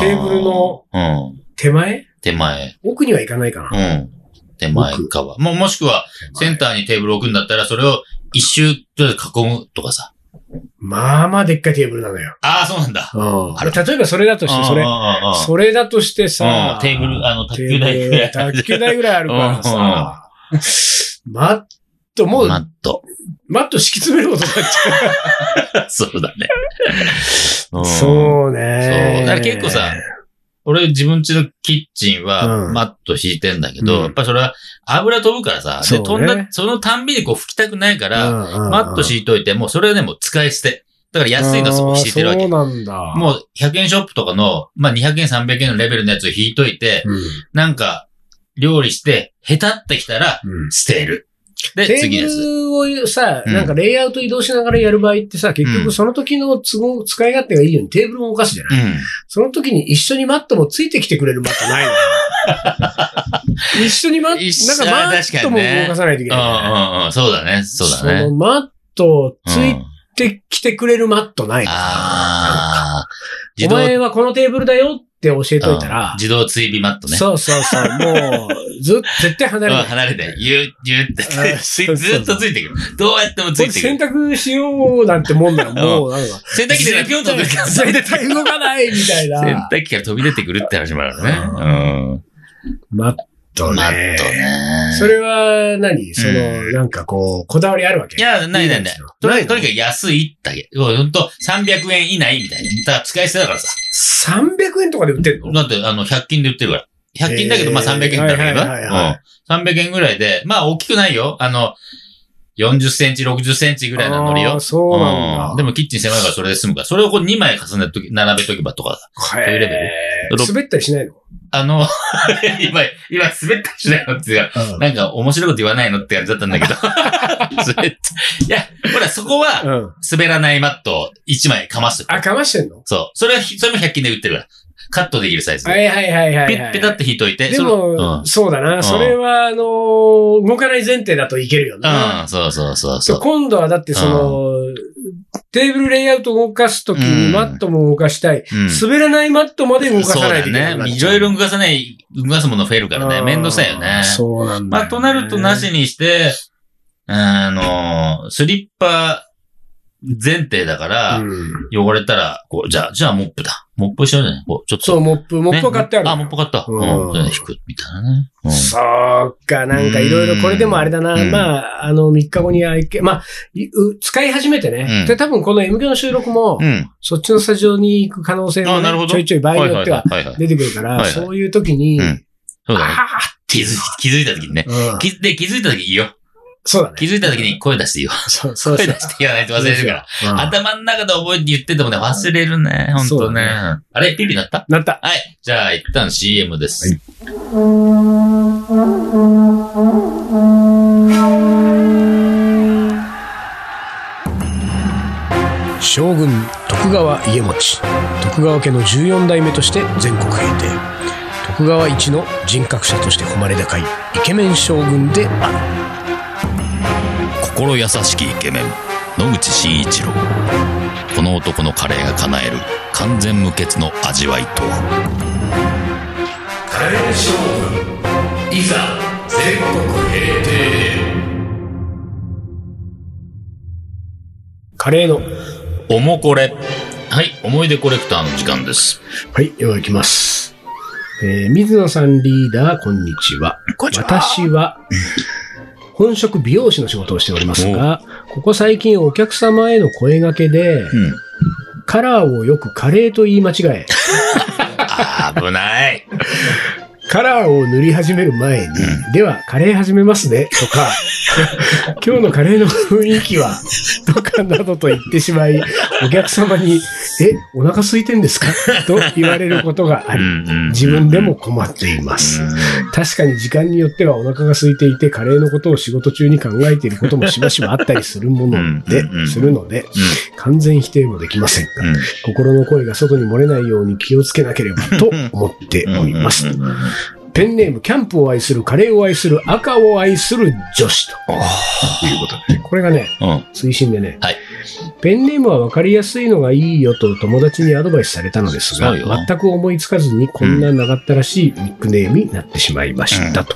Speaker 1: テーブルの
Speaker 2: あー。うん。
Speaker 1: 手前
Speaker 2: 手前。
Speaker 1: 奥には行かないかな
Speaker 2: う。ん。手前かは。もう、もしくは、センターにテーブル置くんだったら、それを一周、とりあえず囲むとかさ。
Speaker 1: まあまあでっかいテーブルなのよ。
Speaker 2: ああ、そうなんだ。あら
Speaker 1: で例えばそれだとして、それ
Speaker 2: うんう、んうんうん
Speaker 1: それだとして
Speaker 2: う
Speaker 1: さ
Speaker 2: ん、テーブル、あの、卓
Speaker 1: テ
Speaker 2: 球
Speaker 1: ーブ
Speaker 2: 台
Speaker 1: ル
Speaker 2: ぐらい。
Speaker 1: 卓球台ぐらいあるからさ、マットもう、
Speaker 2: マット。
Speaker 1: マット敷き詰めることになっち
Speaker 2: そ うだね。
Speaker 1: ゃう。
Speaker 2: うん。
Speaker 1: そう
Speaker 2: そ
Speaker 1: ね
Speaker 2: う。だから結構さ、俺自分家のキッチンは
Speaker 1: うん
Speaker 2: マット敷いてんだけど、
Speaker 1: うん
Speaker 2: やっぱそれは油飛ぶからさ、
Speaker 1: そう
Speaker 2: で
Speaker 1: ね
Speaker 2: 飛んだ、そのたんびにこう拭きたくないから、マット
Speaker 1: い
Speaker 2: 敷いといて、もうそれはね、もう使い捨て。だから安いのそこ敷いてるわけ。
Speaker 1: そうなんだ。
Speaker 2: もう100円ショップとかの、まあ、200円、300円のレベルのやつを引いといて、
Speaker 1: うん、
Speaker 2: なんか、料理して、へたってきたら、
Speaker 1: うん
Speaker 2: 捨てる。で、
Speaker 1: テ
Speaker 2: 次のやつ。
Speaker 1: ーブルをさ、
Speaker 2: うん
Speaker 1: なんかレイアウト移動しながらやる場合ってさ、結
Speaker 2: うん
Speaker 1: 局その時の都合、使い勝手がいいようにテーブルも動かすじゃない、
Speaker 2: うん。
Speaker 1: その時に一緒にマットもついてきてくれるマットない のよ一緒にマッ
Speaker 2: 一
Speaker 1: ト、
Speaker 2: 緒
Speaker 1: なんかマ
Speaker 2: 確か
Speaker 1: ット
Speaker 2: に
Speaker 1: も動
Speaker 2: ね
Speaker 1: かさないといけないじゃ
Speaker 2: う
Speaker 1: ない。
Speaker 2: んうんうん。そうだね。そうだ
Speaker 1: そ
Speaker 2: ね。
Speaker 1: のマット、つ
Speaker 2: う
Speaker 1: い
Speaker 2: ん
Speaker 1: てきてくれるマットないの
Speaker 2: ああ。
Speaker 1: お前はこのテーブルだよって教えといた
Speaker 2: うん
Speaker 1: ら、
Speaker 2: 自動追尾マットね。
Speaker 1: そうそうそう、もう、ずっ、絶対離れ
Speaker 2: うん
Speaker 1: ない。
Speaker 2: 離れて、ゆう、ゆうって
Speaker 1: あそ
Speaker 2: つ
Speaker 1: うそう
Speaker 2: い、ずっとついてくる。どうやってもつ
Speaker 1: これ
Speaker 2: いてく
Speaker 1: 洗
Speaker 2: る。
Speaker 1: 濯しようなんてもんならもう、なんか、
Speaker 2: 洗濯機でピョンと飛び出てくる。
Speaker 1: 絶対動かないみたい
Speaker 2: 洗
Speaker 1: な。
Speaker 2: 濯機から飛び出てくるって話もあるからね。
Speaker 1: マッ
Speaker 2: う
Speaker 1: ト
Speaker 2: ん。マ
Speaker 1: ね
Speaker 2: ット。ね。
Speaker 1: それは何、そ
Speaker 2: うん
Speaker 1: の、なんかこう、こだわりあるわけ
Speaker 2: いや、ないないない
Speaker 1: いいですよ。
Speaker 2: と
Speaker 1: な
Speaker 2: に
Speaker 1: い
Speaker 2: か
Speaker 1: の
Speaker 2: くとにかく安いだけ。ほんと、300円以内みたいな。だから使い捨てだからさ。
Speaker 1: 300円とかで売ってるの
Speaker 2: だって、あの、100均で売ってるから。100均だけど、
Speaker 1: えー
Speaker 2: まあ300円だけど
Speaker 1: はいはいはいは
Speaker 2: な。うん。300円ぐらいで、まあ大きくないよ。あの、40センチ、60センチぐらいのノリ
Speaker 1: あ
Speaker 2: よ
Speaker 1: ー。そうなん
Speaker 2: う
Speaker 1: だ。
Speaker 2: んでもキッチン狭いからそれで済むから。それをこう2枚重ねとき、並べとけばとか。
Speaker 1: へー、
Speaker 2: そういうレベル
Speaker 1: 滑ったりしないの
Speaker 2: あの、 今、今滑ったりしないのっていうか、なんか面白いこと言わないのって感じだったんだけど。 滑ったいや、ほら、そこは、
Speaker 1: うん。うん。
Speaker 2: 滑らないマットを1枚かます。
Speaker 1: あ、かましてんの
Speaker 2: そう。それは、それも100均で売ってるから。カットできるサイズ
Speaker 1: は
Speaker 2: で。
Speaker 1: いはいはいはい
Speaker 2: ピ
Speaker 1: は
Speaker 2: ッ
Speaker 1: い。
Speaker 2: ピタって引いといて。
Speaker 1: で
Speaker 2: その
Speaker 1: も、そうだ
Speaker 2: ん
Speaker 1: な。それは、あのー、動かない前提だといけるよ
Speaker 2: うん、う
Speaker 1: な。
Speaker 2: ん、そうそうそうそ
Speaker 1: そう
Speaker 2: う。
Speaker 1: 今度はだってその、テーブルレイアウト動かすとき
Speaker 2: う
Speaker 1: に
Speaker 2: ん
Speaker 1: マットも動かしたい。
Speaker 2: うん
Speaker 1: 滑らないマットまで動か
Speaker 2: そう
Speaker 1: さない
Speaker 2: だ
Speaker 1: といけない。
Speaker 2: ね。いろいろ動かさない、動かすもの増えるからね。めんどくさいよね。
Speaker 1: そうなんだよ
Speaker 2: まあ、
Speaker 1: ね。
Speaker 2: となるとなしにして、あの、スリッパ前提だから、
Speaker 1: うん。
Speaker 2: 汚れたら、こう、じゃあ、じゃあモップだ。モップしようじゃないこう、ちょっと。
Speaker 1: そう、モップ、モップを
Speaker 2: ね
Speaker 1: 買ってある。
Speaker 2: あ、モップ買った。うん。
Speaker 1: うん
Speaker 2: それで引く、みたいなね。うん。
Speaker 1: そうか、なんかいろいろ、これでもあれだな
Speaker 2: う。ん
Speaker 1: まあ、あの、3日後には、まあ、いう使い始めてね
Speaker 2: う。ん
Speaker 1: で、多分この M 響の収録も
Speaker 2: う、ん。
Speaker 1: そっちのスタジオに行く可能性
Speaker 2: あ
Speaker 1: も
Speaker 2: なるほ
Speaker 1: ね
Speaker 2: ど
Speaker 1: ちょいちょい場合によっては
Speaker 2: はいはい。
Speaker 1: 出てくるか
Speaker 2: はい
Speaker 1: ら、
Speaker 2: はい
Speaker 1: そういう時に
Speaker 2: う、んそうだね。
Speaker 1: ああ
Speaker 2: 気づい気づいた時にね。
Speaker 1: うん
Speaker 2: きで、気づいた時いいよ。
Speaker 1: そうだね。
Speaker 2: 気づいた時に声出していいよ。
Speaker 1: そうそう
Speaker 2: 声
Speaker 1: そう
Speaker 2: 出して言わないと忘れるから。
Speaker 1: うん
Speaker 2: 頭の中で覚えて言っててもね、忘れるね。ほん
Speaker 1: そ
Speaker 2: と
Speaker 1: う
Speaker 2: ね。
Speaker 1: だ
Speaker 2: あれピピなった
Speaker 1: なった。
Speaker 2: はい。じゃあ、一旦 CM です。
Speaker 1: 将軍徳川家持徳川家の14代目として全国平定徳川一の人格者として誉れ高いイケメン将軍である
Speaker 2: 心優しきイケメン野口真一郎この男のカレーが叶える完全無欠の味わいとは
Speaker 4: カレー勝負いざ全国平定へ
Speaker 1: カレーの
Speaker 2: おもこれはい思い出コレクターの時間です
Speaker 1: はい、ではいきます。えー、水野さんリーダー、こんにちは。私は、本職美容師の仕事をしておりますが、ここ最近お客様への声掛けで、
Speaker 2: ん
Speaker 1: カラーをよくカレーと言い間違え、
Speaker 2: 危ない
Speaker 1: カラーを塗り始める前に、では、カレー始めますね、と か、今日のカレーの雰囲気は、とかなどと言ってしまい、お客様に、え、お腹空いてんですかと言われることがあり、自分でも困っています。確かに時間によってはお腹が空いていて、カレーのことを仕事中に考えていることもしばしばあったりするもので
Speaker 2: うんうんうん、
Speaker 1: するので、完全否定もできませんが、
Speaker 2: うん
Speaker 1: 心の声が外に漏れないように気をつけなければと思っております。ペンネーム、キャンプを愛する、カレーを愛する、赤を愛する女子と。いうことで。これがね、
Speaker 2: うん
Speaker 1: 推進でね、
Speaker 2: はい
Speaker 1: ペンネームは分かりやすいのがいいよと友達にアドバイスされたのですが、
Speaker 2: そうよ
Speaker 1: 全く思いつかずにこんな長ったらしいニックネームになってしまいましたと。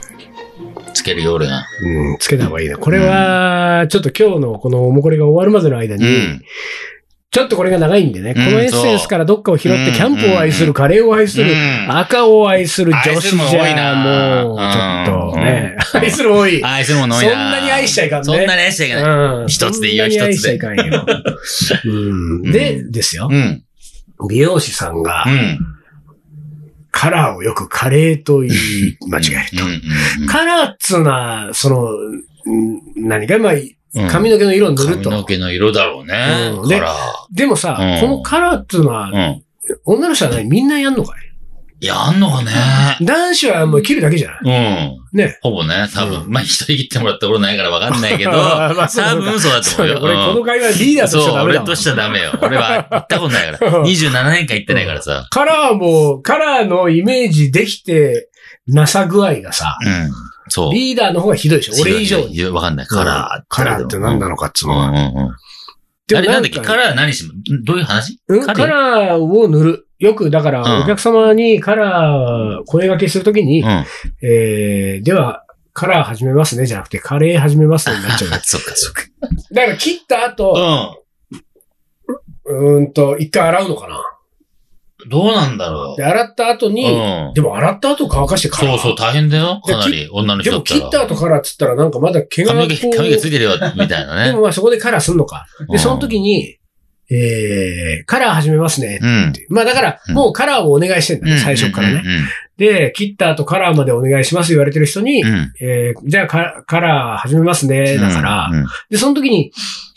Speaker 2: つけるよ俺が
Speaker 1: うん、つけた方がいいね。これは、ちょっと今日のこのおもこれが終わるまでの間に、ちょっとこれが長いんでね、このエッセンスからどっかを拾って、
Speaker 2: そう
Speaker 1: キャンプを愛する、カレーを愛する、
Speaker 2: うん
Speaker 1: 赤を愛する女
Speaker 2: 愛するも
Speaker 1: 子
Speaker 2: 多
Speaker 1: じ
Speaker 2: い
Speaker 1: ゃ、
Speaker 2: な
Speaker 1: もう、ちょっとね、 愛する多い。
Speaker 2: 愛するもの
Speaker 1: そ
Speaker 2: 多
Speaker 1: ん
Speaker 2: いな
Speaker 1: なに愛しちゃいかんね。
Speaker 2: そんなに愛しちゃいけない
Speaker 1: うん
Speaker 2: 一つでいいよ
Speaker 1: そんなに
Speaker 2: 一
Speaker 1: 愛し
Speaker 2: つで
Speaker 1: ちゃいかんようんで、ですよ
Speaker 2: う。ん
Speaker 1: 美容師さんが
Speaker 2: う、ん
Speaker 1: カラーをよくカレーと言い間違える
Speaker 2: う
Speaker 1: と。
Speaker 2: んうん
Speaker 1: カラーっつうのは、その、うん何か、まあ、
Speaker 2: うん
Speaker 1: 髪の毛の色を塗る
Speaker 2: 髪
Speaker 1: と。
Speaker 2: の毛の色だろうね
Speaker 1: うんで
Speaker 2: カラ
Speaker 1: でもさ、
Speaker 2: うん
Speaker 1: このカラーっていうのは、
Speaker 2: ーうん
Speaker 1: 女の人は何みんなやんのかい
Speaker 2: やんのかね
Speaker 1: 男子はもう切るだけじゃない
Speaker 2: うん。
Speaker 1: ね。
Speaker 2: ほぼね、多分。
Speaker 1: う
Speaker 2: まあ、人に切ってもらったことないから分かんないけど、
Speaker 1: あ まあそうか
Speaker 2: 多分そうだと
Speaker 1: そう
Speaker 2: 思う
Speaker 1: だ
Speaker 2: よ。
Speaker 1: 俺、この会話リー
Speaker 2: う
Speaker 1: ダー
Speaker 2: ん
Speaker 1: として
Speaker 2: そう
Speaker 1: は、ダメだ
Speaker 2: 俺
Speaker 1: もん
Speaker 2: としてはダメよ。俺は行ったことないか
Speaker 1: う
Speaker 2: ら。
Speaker 1: ん
Speaker 2: 27年間行ってないからさ。
Speaker 1: カラーも、カラーのイメージできてなさ具合がさ、
Speaker 2: うん。そう。
Speaker 1: リーダーの方がひどいでしょ俺以上に。
Speaker 2: に。分かんない。カラー。
Speaker 1: カラーって何なのかっつう
Speaker 2: うん
Speaker 1: のは。
Speaker 2: うんうん。
Speaker 1: で
Speaker 2: あ
Speaker 1: も
Speaker 2: れなんだっけ
Speaker 1: か
Speaker 2: カラー何しどういう話
Speaker 1: うん
Speaker 2: カ
Speaker 1: カ
Speaker 2: レー
Speaker 1: ラーを塗る。よく、だか
Speaker 2: うん
Speaker 1: ら、お客様にカラー、声掛けするときに
Speaker 2: う、ん。
Speaker 1: えー、では、カラー始めますね、じゃなくて、カレー始めますね、になっちゃうよ。
Speaker 2: そっかそっか。
Speaker 1: だから、切った後、うーんと、一回洗うのかな。
Speaker 2: うん。どうなんだろ
Speaker 1: で、洗った後
Speaker 2: う。う
Speaker 1: に、
Speaker 2: ん。
Speaker 1: でも洗った後乾かしてから。
Speaker 2: そうそう、大変だよ。かなり、女の
Speaker 1: で
Speaker 2: 人だ
Speaker 1: も
Speaker 2: ったら。
Speaker 1: 切った後からっつったらなんかまだ毛がこ
Speaker 2: 髪の
Speaker 1: う。
Speaker 2: 毛、髪の毛ついてるよ、みたいな
Speaker 1: で
Speaker 2: ね
Speaker 1: も。まあそこでカラーすんのか。
Speaker 2: うん
Speaker 1: で、その時に、えー、カラー始めますね
Speaker 2: う。ん。
Speaker 1: まあだから、
Speaker 2: うん
Speaker 1: もうカラーをお願いしてんだね、最初からね。で、切った後カラーまでお願いします言われてる人に
Speaker 2: うん。う、ん。
Speaker 1: えー、じゃあカカラー始めますね、だから
Speaker 2: う。ん
Speaker 1: で、その時に、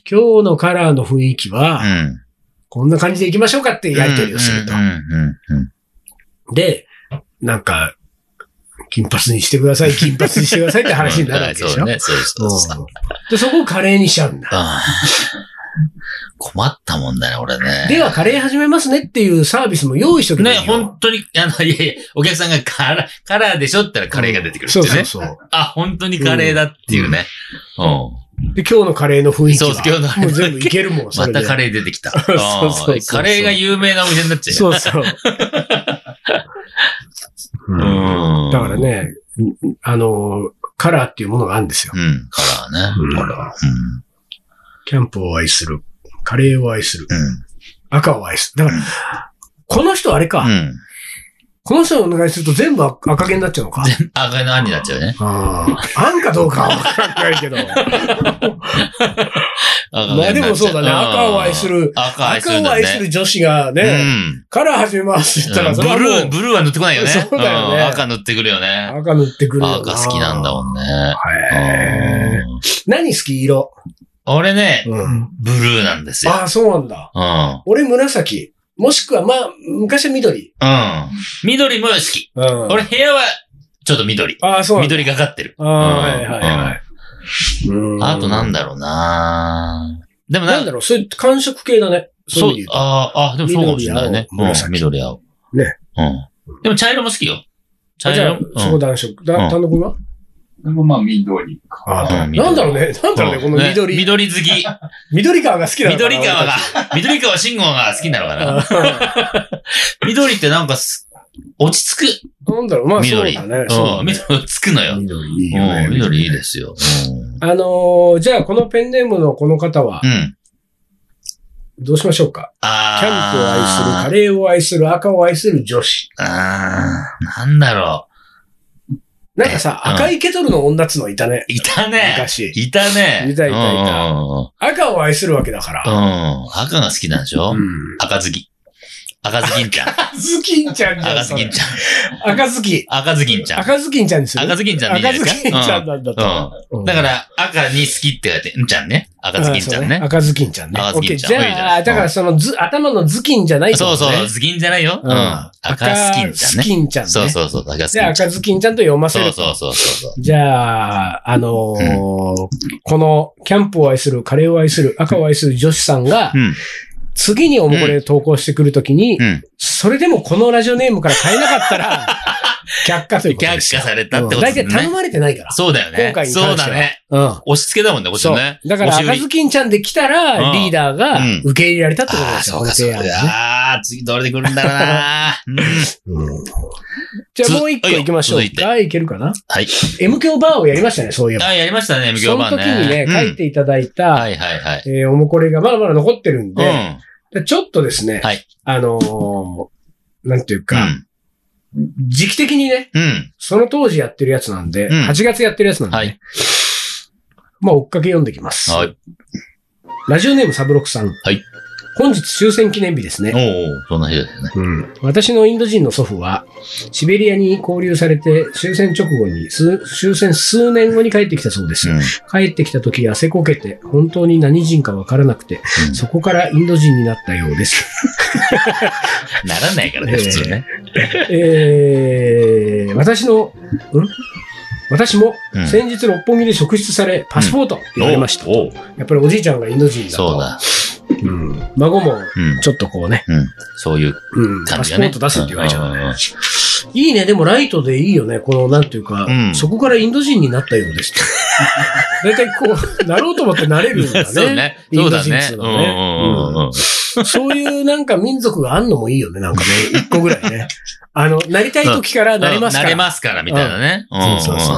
Speaker 1: 今日のカラーの雰囲気は、
Speaker 2: うん。
Speaker 1: こんな感じでいきましょうかってやりとりをすると
Speaker 2: うん。うんうんうん
Speaker 1: で、なんか、金髪にしてください、金髪にしてくださいって話になるわけでし
Speaker 2: そ
Speaker 1: ょ
Speaker 2: う。ね、そうそうそう。
Speaker 1: うんで、そこをカレーにしちゃうんだ。
Speaker 2: あー困ったもんだね、俺ね。
Speaker 1: では、カレー始めますねっていうサービスも用意しとけばい
Speaker 2: ね、
Speaker 1: いよ。
Speaker 2: 本当に、あの、いやいや、お客さんがカラー、カラーでしょって言ったらカレーが出てくるって
Speaker 1: そ
Speaker 2: いうう
Speaker 1: そ
Speaker 2: ね
Speaker 1: う。そう。
Speaker 2: あ、本当にカレーだっていうね。う
Speaker 1: で、今日のカレーの雰囲気
Speaker 2: そう今日のカ
Speaker 1: は、
Speaker 2: レー
Speaker 1: もう全部いけるもん、
Speaker 2: ん。
Speaker 1: そ
Speaker 2: ま
Speaker 1: れ
Speaker 2: たカ
Speaker 1: で。
Speaker 2: レー出てきた。
Speaker 1: そうそうそう
Speaker 2: うんカレーが有名なお店になっちゃう
Speaker 1: そうそう。う
Speaker 2: よ。
Speaker 1: ん
Speaker 2: うん。
Speaker 1: だから。ね、あの、カラーっていうものがあるんですよ。
Speaker 2: うん、カラーね。
Speaker 1: うん
Speaker 2: カラー。
Speaker 1: キャンプを愛する。カレーを愛する。
Speaker 2: うん。
Speaker 1: 赤を愛する。だから、この人あれ
Speaker 2: う
Speaker 1: か。
Speaker 2: ん。うん。
Speaker 1: この人にお願いすると全部赤毛になっちゃうのか。
Speaker 2: あ、これ何になっちゃうね。
Speaker 1: ああ。あんかどうかはわからないけ ど。
Speaker 2: あ
Speaker 1: まあでもそうだね。赤を愛す。る。
Speaker 2: 赤を愛す
Speaker 1: 赤
Speaker 2: るん
Speaker 1: を
Speaker 2: だね。
Speaker 1: 愛する女子が
Speaker 2: う
Speaker 1: ね、
Speaker 2: ん。
Speaker 1: カラー始めますって言ったら、それは
Speaker 2: ブルー、
Speaker 1: もう
Speaker 2: ブルーは塗ってこないよね。
Speaker 1: そうだよね
Speaker 2: うん赤塗ってくるよね。
Speaker 1: 赤塗ってくるよな。
Speaker 2: 赤好きなんだもんね。
Speaker 1: へー。
Speaker 2: うん
Speaker 1: 何好き色。
Speaker 2: 俺ね、
Speaker 1: うん。
Speaker 2: ブルーなんですよ。
Speaker 1: ああ、そうなんだ。
Speaker 2: うん。
Speaker 1: 俺紫。もしくは、まあ、昔は緑。
Speaker 2: うん。緑も好き。
Speaker 1: うん。
Speaker 2: 俺部屋はちょっと緑。
Speaker 1: ああ、そうなんだ。
Speaker 2: 緑がかってる。
Speaker 1: ああ、はいはいはい。うん
Speaker 2: あとなんだろうなでもな
Speaker 1: なんだろう、それ、寒色系だね。
Speaker 2: そう
Speaker 1: い意味で言う、と
Speaker 2: あーあ、でもそうかもしれないね。
Speaker 1: 緑青
Speaker 2: うん、緑青。
Speaker 1: ね。
Speaker 2: うん。でも茶色も好きよ。茶
Speaker 1: じゃあ
Speaker 2: 色、
Speaker 1: そこ
Speaker 2: うん
Speaker 1: 男色。
Speaker 5: う
Speaker 1: だ、
Speaker 5: ん
Speaker 1: 単独は
Speaker 3: それもまあ、緑か。
Speaker 5: あうん緑
Speaker 1: なんだろうね。なんだろうね、この
Speaker 2: ね
Speaker 1: 緑。
Speaker 2: 緑好 き。
Speaker 1: 緑川が好きなのかな
Speaker 2: 緑川が、緑川信号が好きなのかな。
Speaker 1: が。
Speaker 2: 緑ってなんかす、落ち着く。
Speaker 1: なんだろう、まあそうだ
Speaker 2: 緑。
Speaker 1: ね。
Speaker 2: う、
Speaker 1: そうんだね
Speaker 2: 緑落ち着くのよ。うん
Speaker 1: 緑いいよね。
Speaker 2: 緑いいですよ。
Speaker 1: あのー、じゃあこのペンネームのこの方は
Speaker 2: う、ん。
Speaker 1: どうしましょうか。キャンプを愛する、
Speaker 2: あ
Speaker 1: カ
Speaker 2: ー
Speaker 1: レーを愛する、赤を愛する女子。
Speaker 2: あー、なんだろ
Speaker 1: なんかさ、
Speaker 2: うん
Speaker 1: 赤いケトルの女っつのいたね。
Speaker 2: う。いたね。
Speaker 1: 昔。
Speaker 2: いたね。
Speaker 1: いたいたいた
Speaker 2: うんうんうんうん
Speaker 1: 赤を愛するわけだから。
Speaker 2: うん。赤が好きなんでしょ、
Speaker 1: うん。
Speaker 2: 赤ずき。赤ずきん ちゃん。
Speaker 1: 赤ずきんちゃんじゃん。
Speaker 2: 赤ずきんちゃん。
Speaker 1: ゃん。赤ずき。
Speaker 2: 赤ずきんちゃん。
Speaker 1: 赤ずきんちゃんですよ。
Speaker 2: 赤ずきんちゃんでいい
Speaker 1: 赤
Speaker 2: じゃない
Speaker 1: ず
Speaker 2: です
Speaker 1: きんち
Speaker 2: か。
Speaker 1: ゃんなんだ
Speaker 2: う
Speaker 1: と。
Speaker 2: ん。うん。だから、赤に好きって言われて、んちゃんね。赤ずきんちゃん
Speaker 1: あそう
Speaker 2: ね。
Speaker 1: 赤ずきんちゃんね。
Speaker 2: 赤ずきんちゃん
Speaker 1: オッケー
Speaker 2: いい
Speaker 1: じ
Speaker 2: じゃ
Speaker 1: ゃ
Speaker 2: な
Speaker 1: あ、
Speaker 2: いですか
Speaker 1: だからそのず、頭のずきんじゃないってこ
Speaker 2: そう
Speaker 1: と
Speaker 2: そう、
Speaker 1: ね。
Speaker 2: ずきんじゃないよ。うん。
Speaker 1: うん
Speaker 2: 赤ずきんちゃん
Speaker 1: ず
Speaker 2: ね。
Speaker 1: きんちゃんね。
Speaker 2: そうそうそう、赤ず
Speaker 1: で、
Speaker 2: きんちゃん。
Speaker 1: 赤ずきんちゃんと読ませ
Speaker 2: そう
Speaker 1: る。
Speaker 2: そうそうそう。
Speaker 1: じゃあ、あのーこの、キャンプを愛する、カレーを愛する、赤を愛する女子さんが、
Speaker 5: うん
Speaker 1: 次におもこれ投稿してくるときに、
Speaker 5: うん
Speaker 1: それでもこのラジオネームから変えなかった ら、却下ということ
Speaker 2: 却
Speaker 1: です
Speaker 2: 下
Speaker 1: よ。
Speaker 2: されたってこと
Speaker 1: 大
Speaker 2: です
Speaker 1: 体頼
Speaker 2: ね。
Speaker 1: まれてないから。
Speaker 2: そうだよ
Speaker 1: 今回
Speaker 2: ね。
Speaker 1: に関しては
Speaker 2: そうだね。
Speaker 1: うん。
Speaker 2: 押し付けだもんね、こっち
Speaker 1: そ
Speaker 2: の
Speaker 1: う
Speaker 2: ね。。
Speaker 1: だから、
Speaker 2: 押し売
Speaker 1: 赤
Speaker 2: り
Speaker 1: ずきんちゃんで来たら、
Speaker 2: うん
Speaker 1: リーダーが
Speaker 5: うん
Speaker 1: 受け入れられたってこと
Speaker 2: ああ、
Speaker 1: ですよ、
Speaker 2: そうか、そう
Speaker 1: この提
Speaker 2: か。
Speaker 1: 案ね
Speaker 2: ああ、次どれで来るんだろう な。うん
Speaker 1: うんじゃあもう一個
Speaker 2: つ
Speaker 1: 行きましょう
Speaker 2: はいよ続い。て
Speaker 1: ああ、いけるかな
Speaker 2: はい。
Speaker 1: ?M 響バーをやりましたね、そういえば。
Speaker 2: ああ、やりましたね、無
Speaker 1: そ
Speaker 2: 料
Speaker 1: の
Speaker 2: 版
Speaker 1: 時
Speaker 2: ね。
Speaker 1: にね、
Speaker 2: うん
Speaker 1: 書いていただいた
Speaker 2: は、いはいはい。
Speaker 1: えー、おもこれがまだまだ残ってるん
Speaker 2: う
Speaker 1: で、
Speaker 2: ん。
Speaker 1: でちょっとですね
Speaker 2: はい、
Speaker 1: あのー、なんていう
Speaker 2: う
Speaker 1: か、
Speaker 2: ん。
Speaker 1: 時期的にね、
Speaker 2: うん。
Speaker 1: その当時やってるやつなんで、
Speaker 5: うん
Speaker 1: 8月やってるやつなんで、
Speaker 2: はい。
Speaker 1: まあ追っかけ読んできます。
Speaker 2: はい。
Speaker 1: ラジオネームサブロクさん。
Speaker 2: い
Speaker 1: 本日終戦記念日ですね。
Speaker 2: おおそんな日ですね。
Speaker 1: うん、私のインド人の祖父は、シベリアに交流されて終戦直後に、数終戦数年後に帰ってきたそうです。
Speaker 5: うん
Speaker 1: 帰ってきた時汗こけて、本当に何人かわからなくて、
Speaker 5: うん
Speaker 1: そこからインド人になったようです。
Speaker 2: ならないからね、
Speaker 1: ええ
Speaker 2: 普通ね。
Speaker 1: えー、私の、ん私も
Speaker 5: うん
Speaker 1: 先日六本木で職質され、パスポートって言われました。
Speaker 2: おう
Speaker 1: やっぱりおじいちゃんがインド人だと。
Speaker 2: そうだ。
Speaker 1: うん孫も、
Speaker 5: うん
Speaker 1: ちょっとこうね、
Speaker 2: そういう
Speaker 1: うん、
Speaker 2: 感
Speaker 1: パ
Speaker 2: じ
Speaker 1: ス
Speaker 2: が
Speaker 1: ポ
Speaker 2: ね。
Speaker 1: ート出すって言われちゃうね。
Speaker 2: んんん
Speaker 1: いいね、でもライトでいいよね。この、なんていうか、
Speaker 5: うん
Speaker 1: そこからインド人になったようです。 だいたいこう、なろうと思ってなれるんだね。
Speaker 2: そうね。そうだね。
Speaker 1: インド人っつう
Speaker 2: うん
Speaker 1: のはね
Speaker 2: うんうんうん。
Speaker 1: そういうなんか民族があんのもいいよね、なんかね。一個ぐらいね。あの、なりたい時からなりますか
Speaker 2: な
Speaker 1: ら。
Speaker 2: れますから、みたいなね。うん
Speaker 1: そうそうそ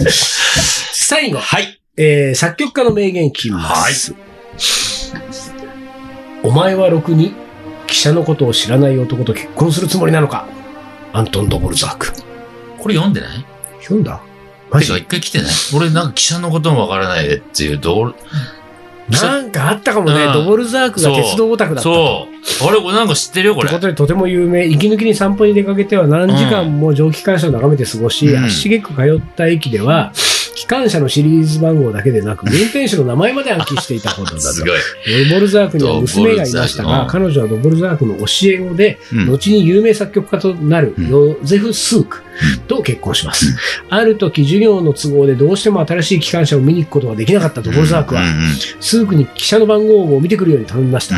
Speaker 1: う。最後、
Speaker 2: はい。
Speaker 1: えー、作曲家の名言聞きます。お前はろくに記者のことを知らない男と結婚するつもりなのかアントン・ドボルザーク。
Speaker 2: これ読んでない
Speaker 1: 読んだマ
Speaker 2: て
Speaker 1: ジ
Speaker 2: か、一回来てない俺なんか記者のこともわからないでっていう、どう、
Speaker 1: なんかあったかもね、
Speaker 2: うん
Speaker 1: ドボルザークが鉄道オタクだったと。
Speaker 2: そう。あれ、これなんか知ってるよ、こ
Speaker 1: とい
Speaker 2: れ。
Speaker 1: うことでとても有名、息抜きに散歩に出かけては何時間も蒸気機関車を眺めて過ごし、
Speaker 5: うん
Speaker 1: 足しげく通った駅では、機関車のシリーズ番号だけで なく、運転手の名前まで暗記していたことだと。
Speaker 2: す
Speaker 1: ド
Speaker 2: ごい。
Speaker 1: ボルザークには娘がいましたが、
Speaker 2: ドボルザーク
Speaker 1: 彼女はドボルザークの教え子で、
Speaker 5: うん
Speaker 1: 後に有名作曲家となる
Speaker 5: うん
Speaker 1: ヨゼフ・スークと結婚します。ある時、授業の都合でどうしても新しい機関車を見に行くことができなかったドボルザークは
Speaker 5: うん、
Speaker 1: スークに記者の番号を見てくるように頼みました。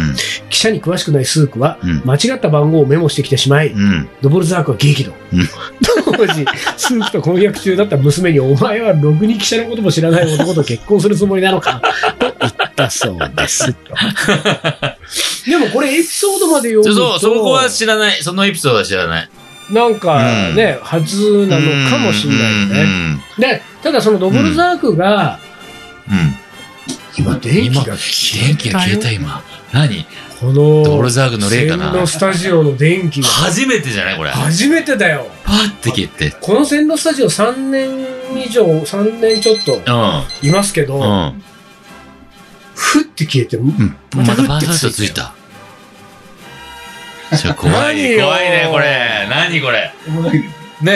Speaker 1: 記者に詳しくないスークは、
Speaker 5: うん
Speaker 1: 間違った番号をメモしてきてしまい、
Speaker 5: うんうん
Speaker 1: ドボルザークは激怒。
Speaker 5: うん
Speaker 1: 当時、スークと婚約中だった娘に、お前はろくに記者のことも知らない男と結婚するつもりなのか、と言ったそうです。 でもこれエピソードまで読む
Speaker 2: そう、
Speaker 1: と、
Speaker 2: そこは知らない。そのエピソードは知らない。
Speaker 1: なんかね、はずなのかもしれないよ
Speaker 5: うん
Speaker 1: ね。で、ただそのドボルザークが、
Speaker 5: うんうん
Speaker 1: 今電気が
Speaker 2: 電気が消えた、今。何
Speaker 1: この、
Speaker 2: ドボルザークの霊かな
Speaker 1: 線路スタジオの電気が
Speaker 2: 初めてじゃないこれ。パ
Speaker 1: 初めてだよ
Speaker 2: ッて消えて。
Speaker 1: この線路スタジオ3年以上3年ちょっと
Speaker 2: う
Speaker 1: いますけど、
Speaker 5: うんうん
Speaker 1: ふって消えて
Speaker 5: うん
Speaker 2: ん。また
Speaker 1: パ
Speaker 2: パ
Speaker 1: ーソナ
Speaker 2: ーソ
Speaker 1: リ
Speaker 2: ナつ
Speaker 1: テ
Speaker 2: い
Speaker 1: ィ
Speaker 2: た。それ怖
Speaker 1: 何
Speaker 2: い。
Speaker 1: よ
Speaker 2: 怖いね、これ。何これ。
Speaker 3: でもなんか
Speaker 2: ね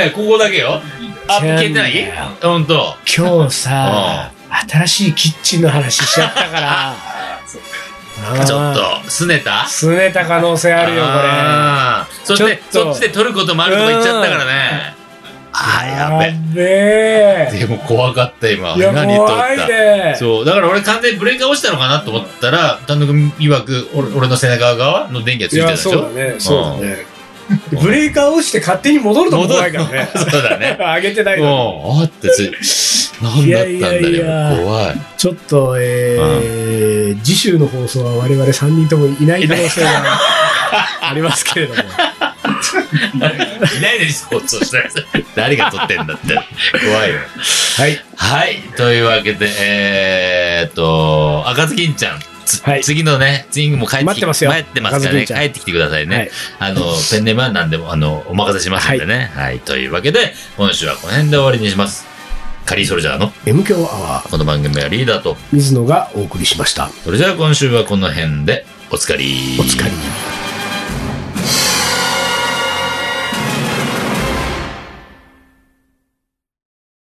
Speaker 2: えここだけよ。あ、消えてな
Speaker 1: 違う
Speaker 2: い
Speaker 1: んだよ
Speaker 2: ほんと。
Speaker 1: 今日さ新しいキッチンの話しちゃったからあー
Speaker 2: ちょっと、すねた
Speaker 1: 拗ねた可能性あるよこ
Speaker 2: あーそして、
Speaker 1: ちょっと
Speaker 2: そっちで取ることもあるとか言っちゃったからね。あ
Speaker 1: れ
Speaker 2: ー、や
Speaker 1: べえ
Speaker 2: べえ。でも怖かった、今。
Speaker 1: いや
Speaker 2: 何取
Speaker 1: 怖い
Speaker 2: った
Speaker 1: ね
Speaker 2: そう。だから俺完全にブレーカー落ちたのかなと思ったら、単独曰く、俺俺の背中側の電気がつ
Speaker 1: い
Speaker 2: いてた
Speaker 1: や
Speaker 2: でし
Speaker 1: そうだ
Speaker 2: ょ
Speaker 1: ねそうだねブレーカー落ちて勝手に戻るとこ怖いからね。
Speaker 2: そうだね。
Speaker 1: 上げてないのに。
Speaker 2: もう、あってつ、なんだっ
Speaker 1: いや
Speaker 2: たんだ
Speaker 1: いやい
Speaker 2: ね、
Speaker 1: や
Speaker 2: もう怖い。
Speaker 1: ちょっと、えー、次週の放送は我々3人ともいない可能性がありますけれども。
Speaker 2: いないのに放送したやつ。誰が撮ってんだって。怖いよ。
Speaker 1: はい。
Speaker 2: はい。というわけで、えーっと、赤ずきんちゃん。つ
Speaker 1: はい
Speaker 2: 次のね、次も帰ってき
Speaker 1: 待ってますよ
Speaker 2: 待ってますからね。
Speaker 1: 赤ずきんち
Speaker 2: 帰
Speaker 1: ゃん
Speaker 2: ってきてくださいね。
Speaker 1: はい
Speaker 2: あの、ペンネームは何でも、あの、お任せしますんでね。はい、というわけで、今週はこの辺で終わりにします。カリーソルジャーの
Speaker 1: M 強アワー、
Speaker 2: この番組はリーダーと、
Speaker 1: 水野がお送りしました。
Speaker 2: それじゃあ今週はこの辺で、おつかり。
Speaker 1: お疲れ。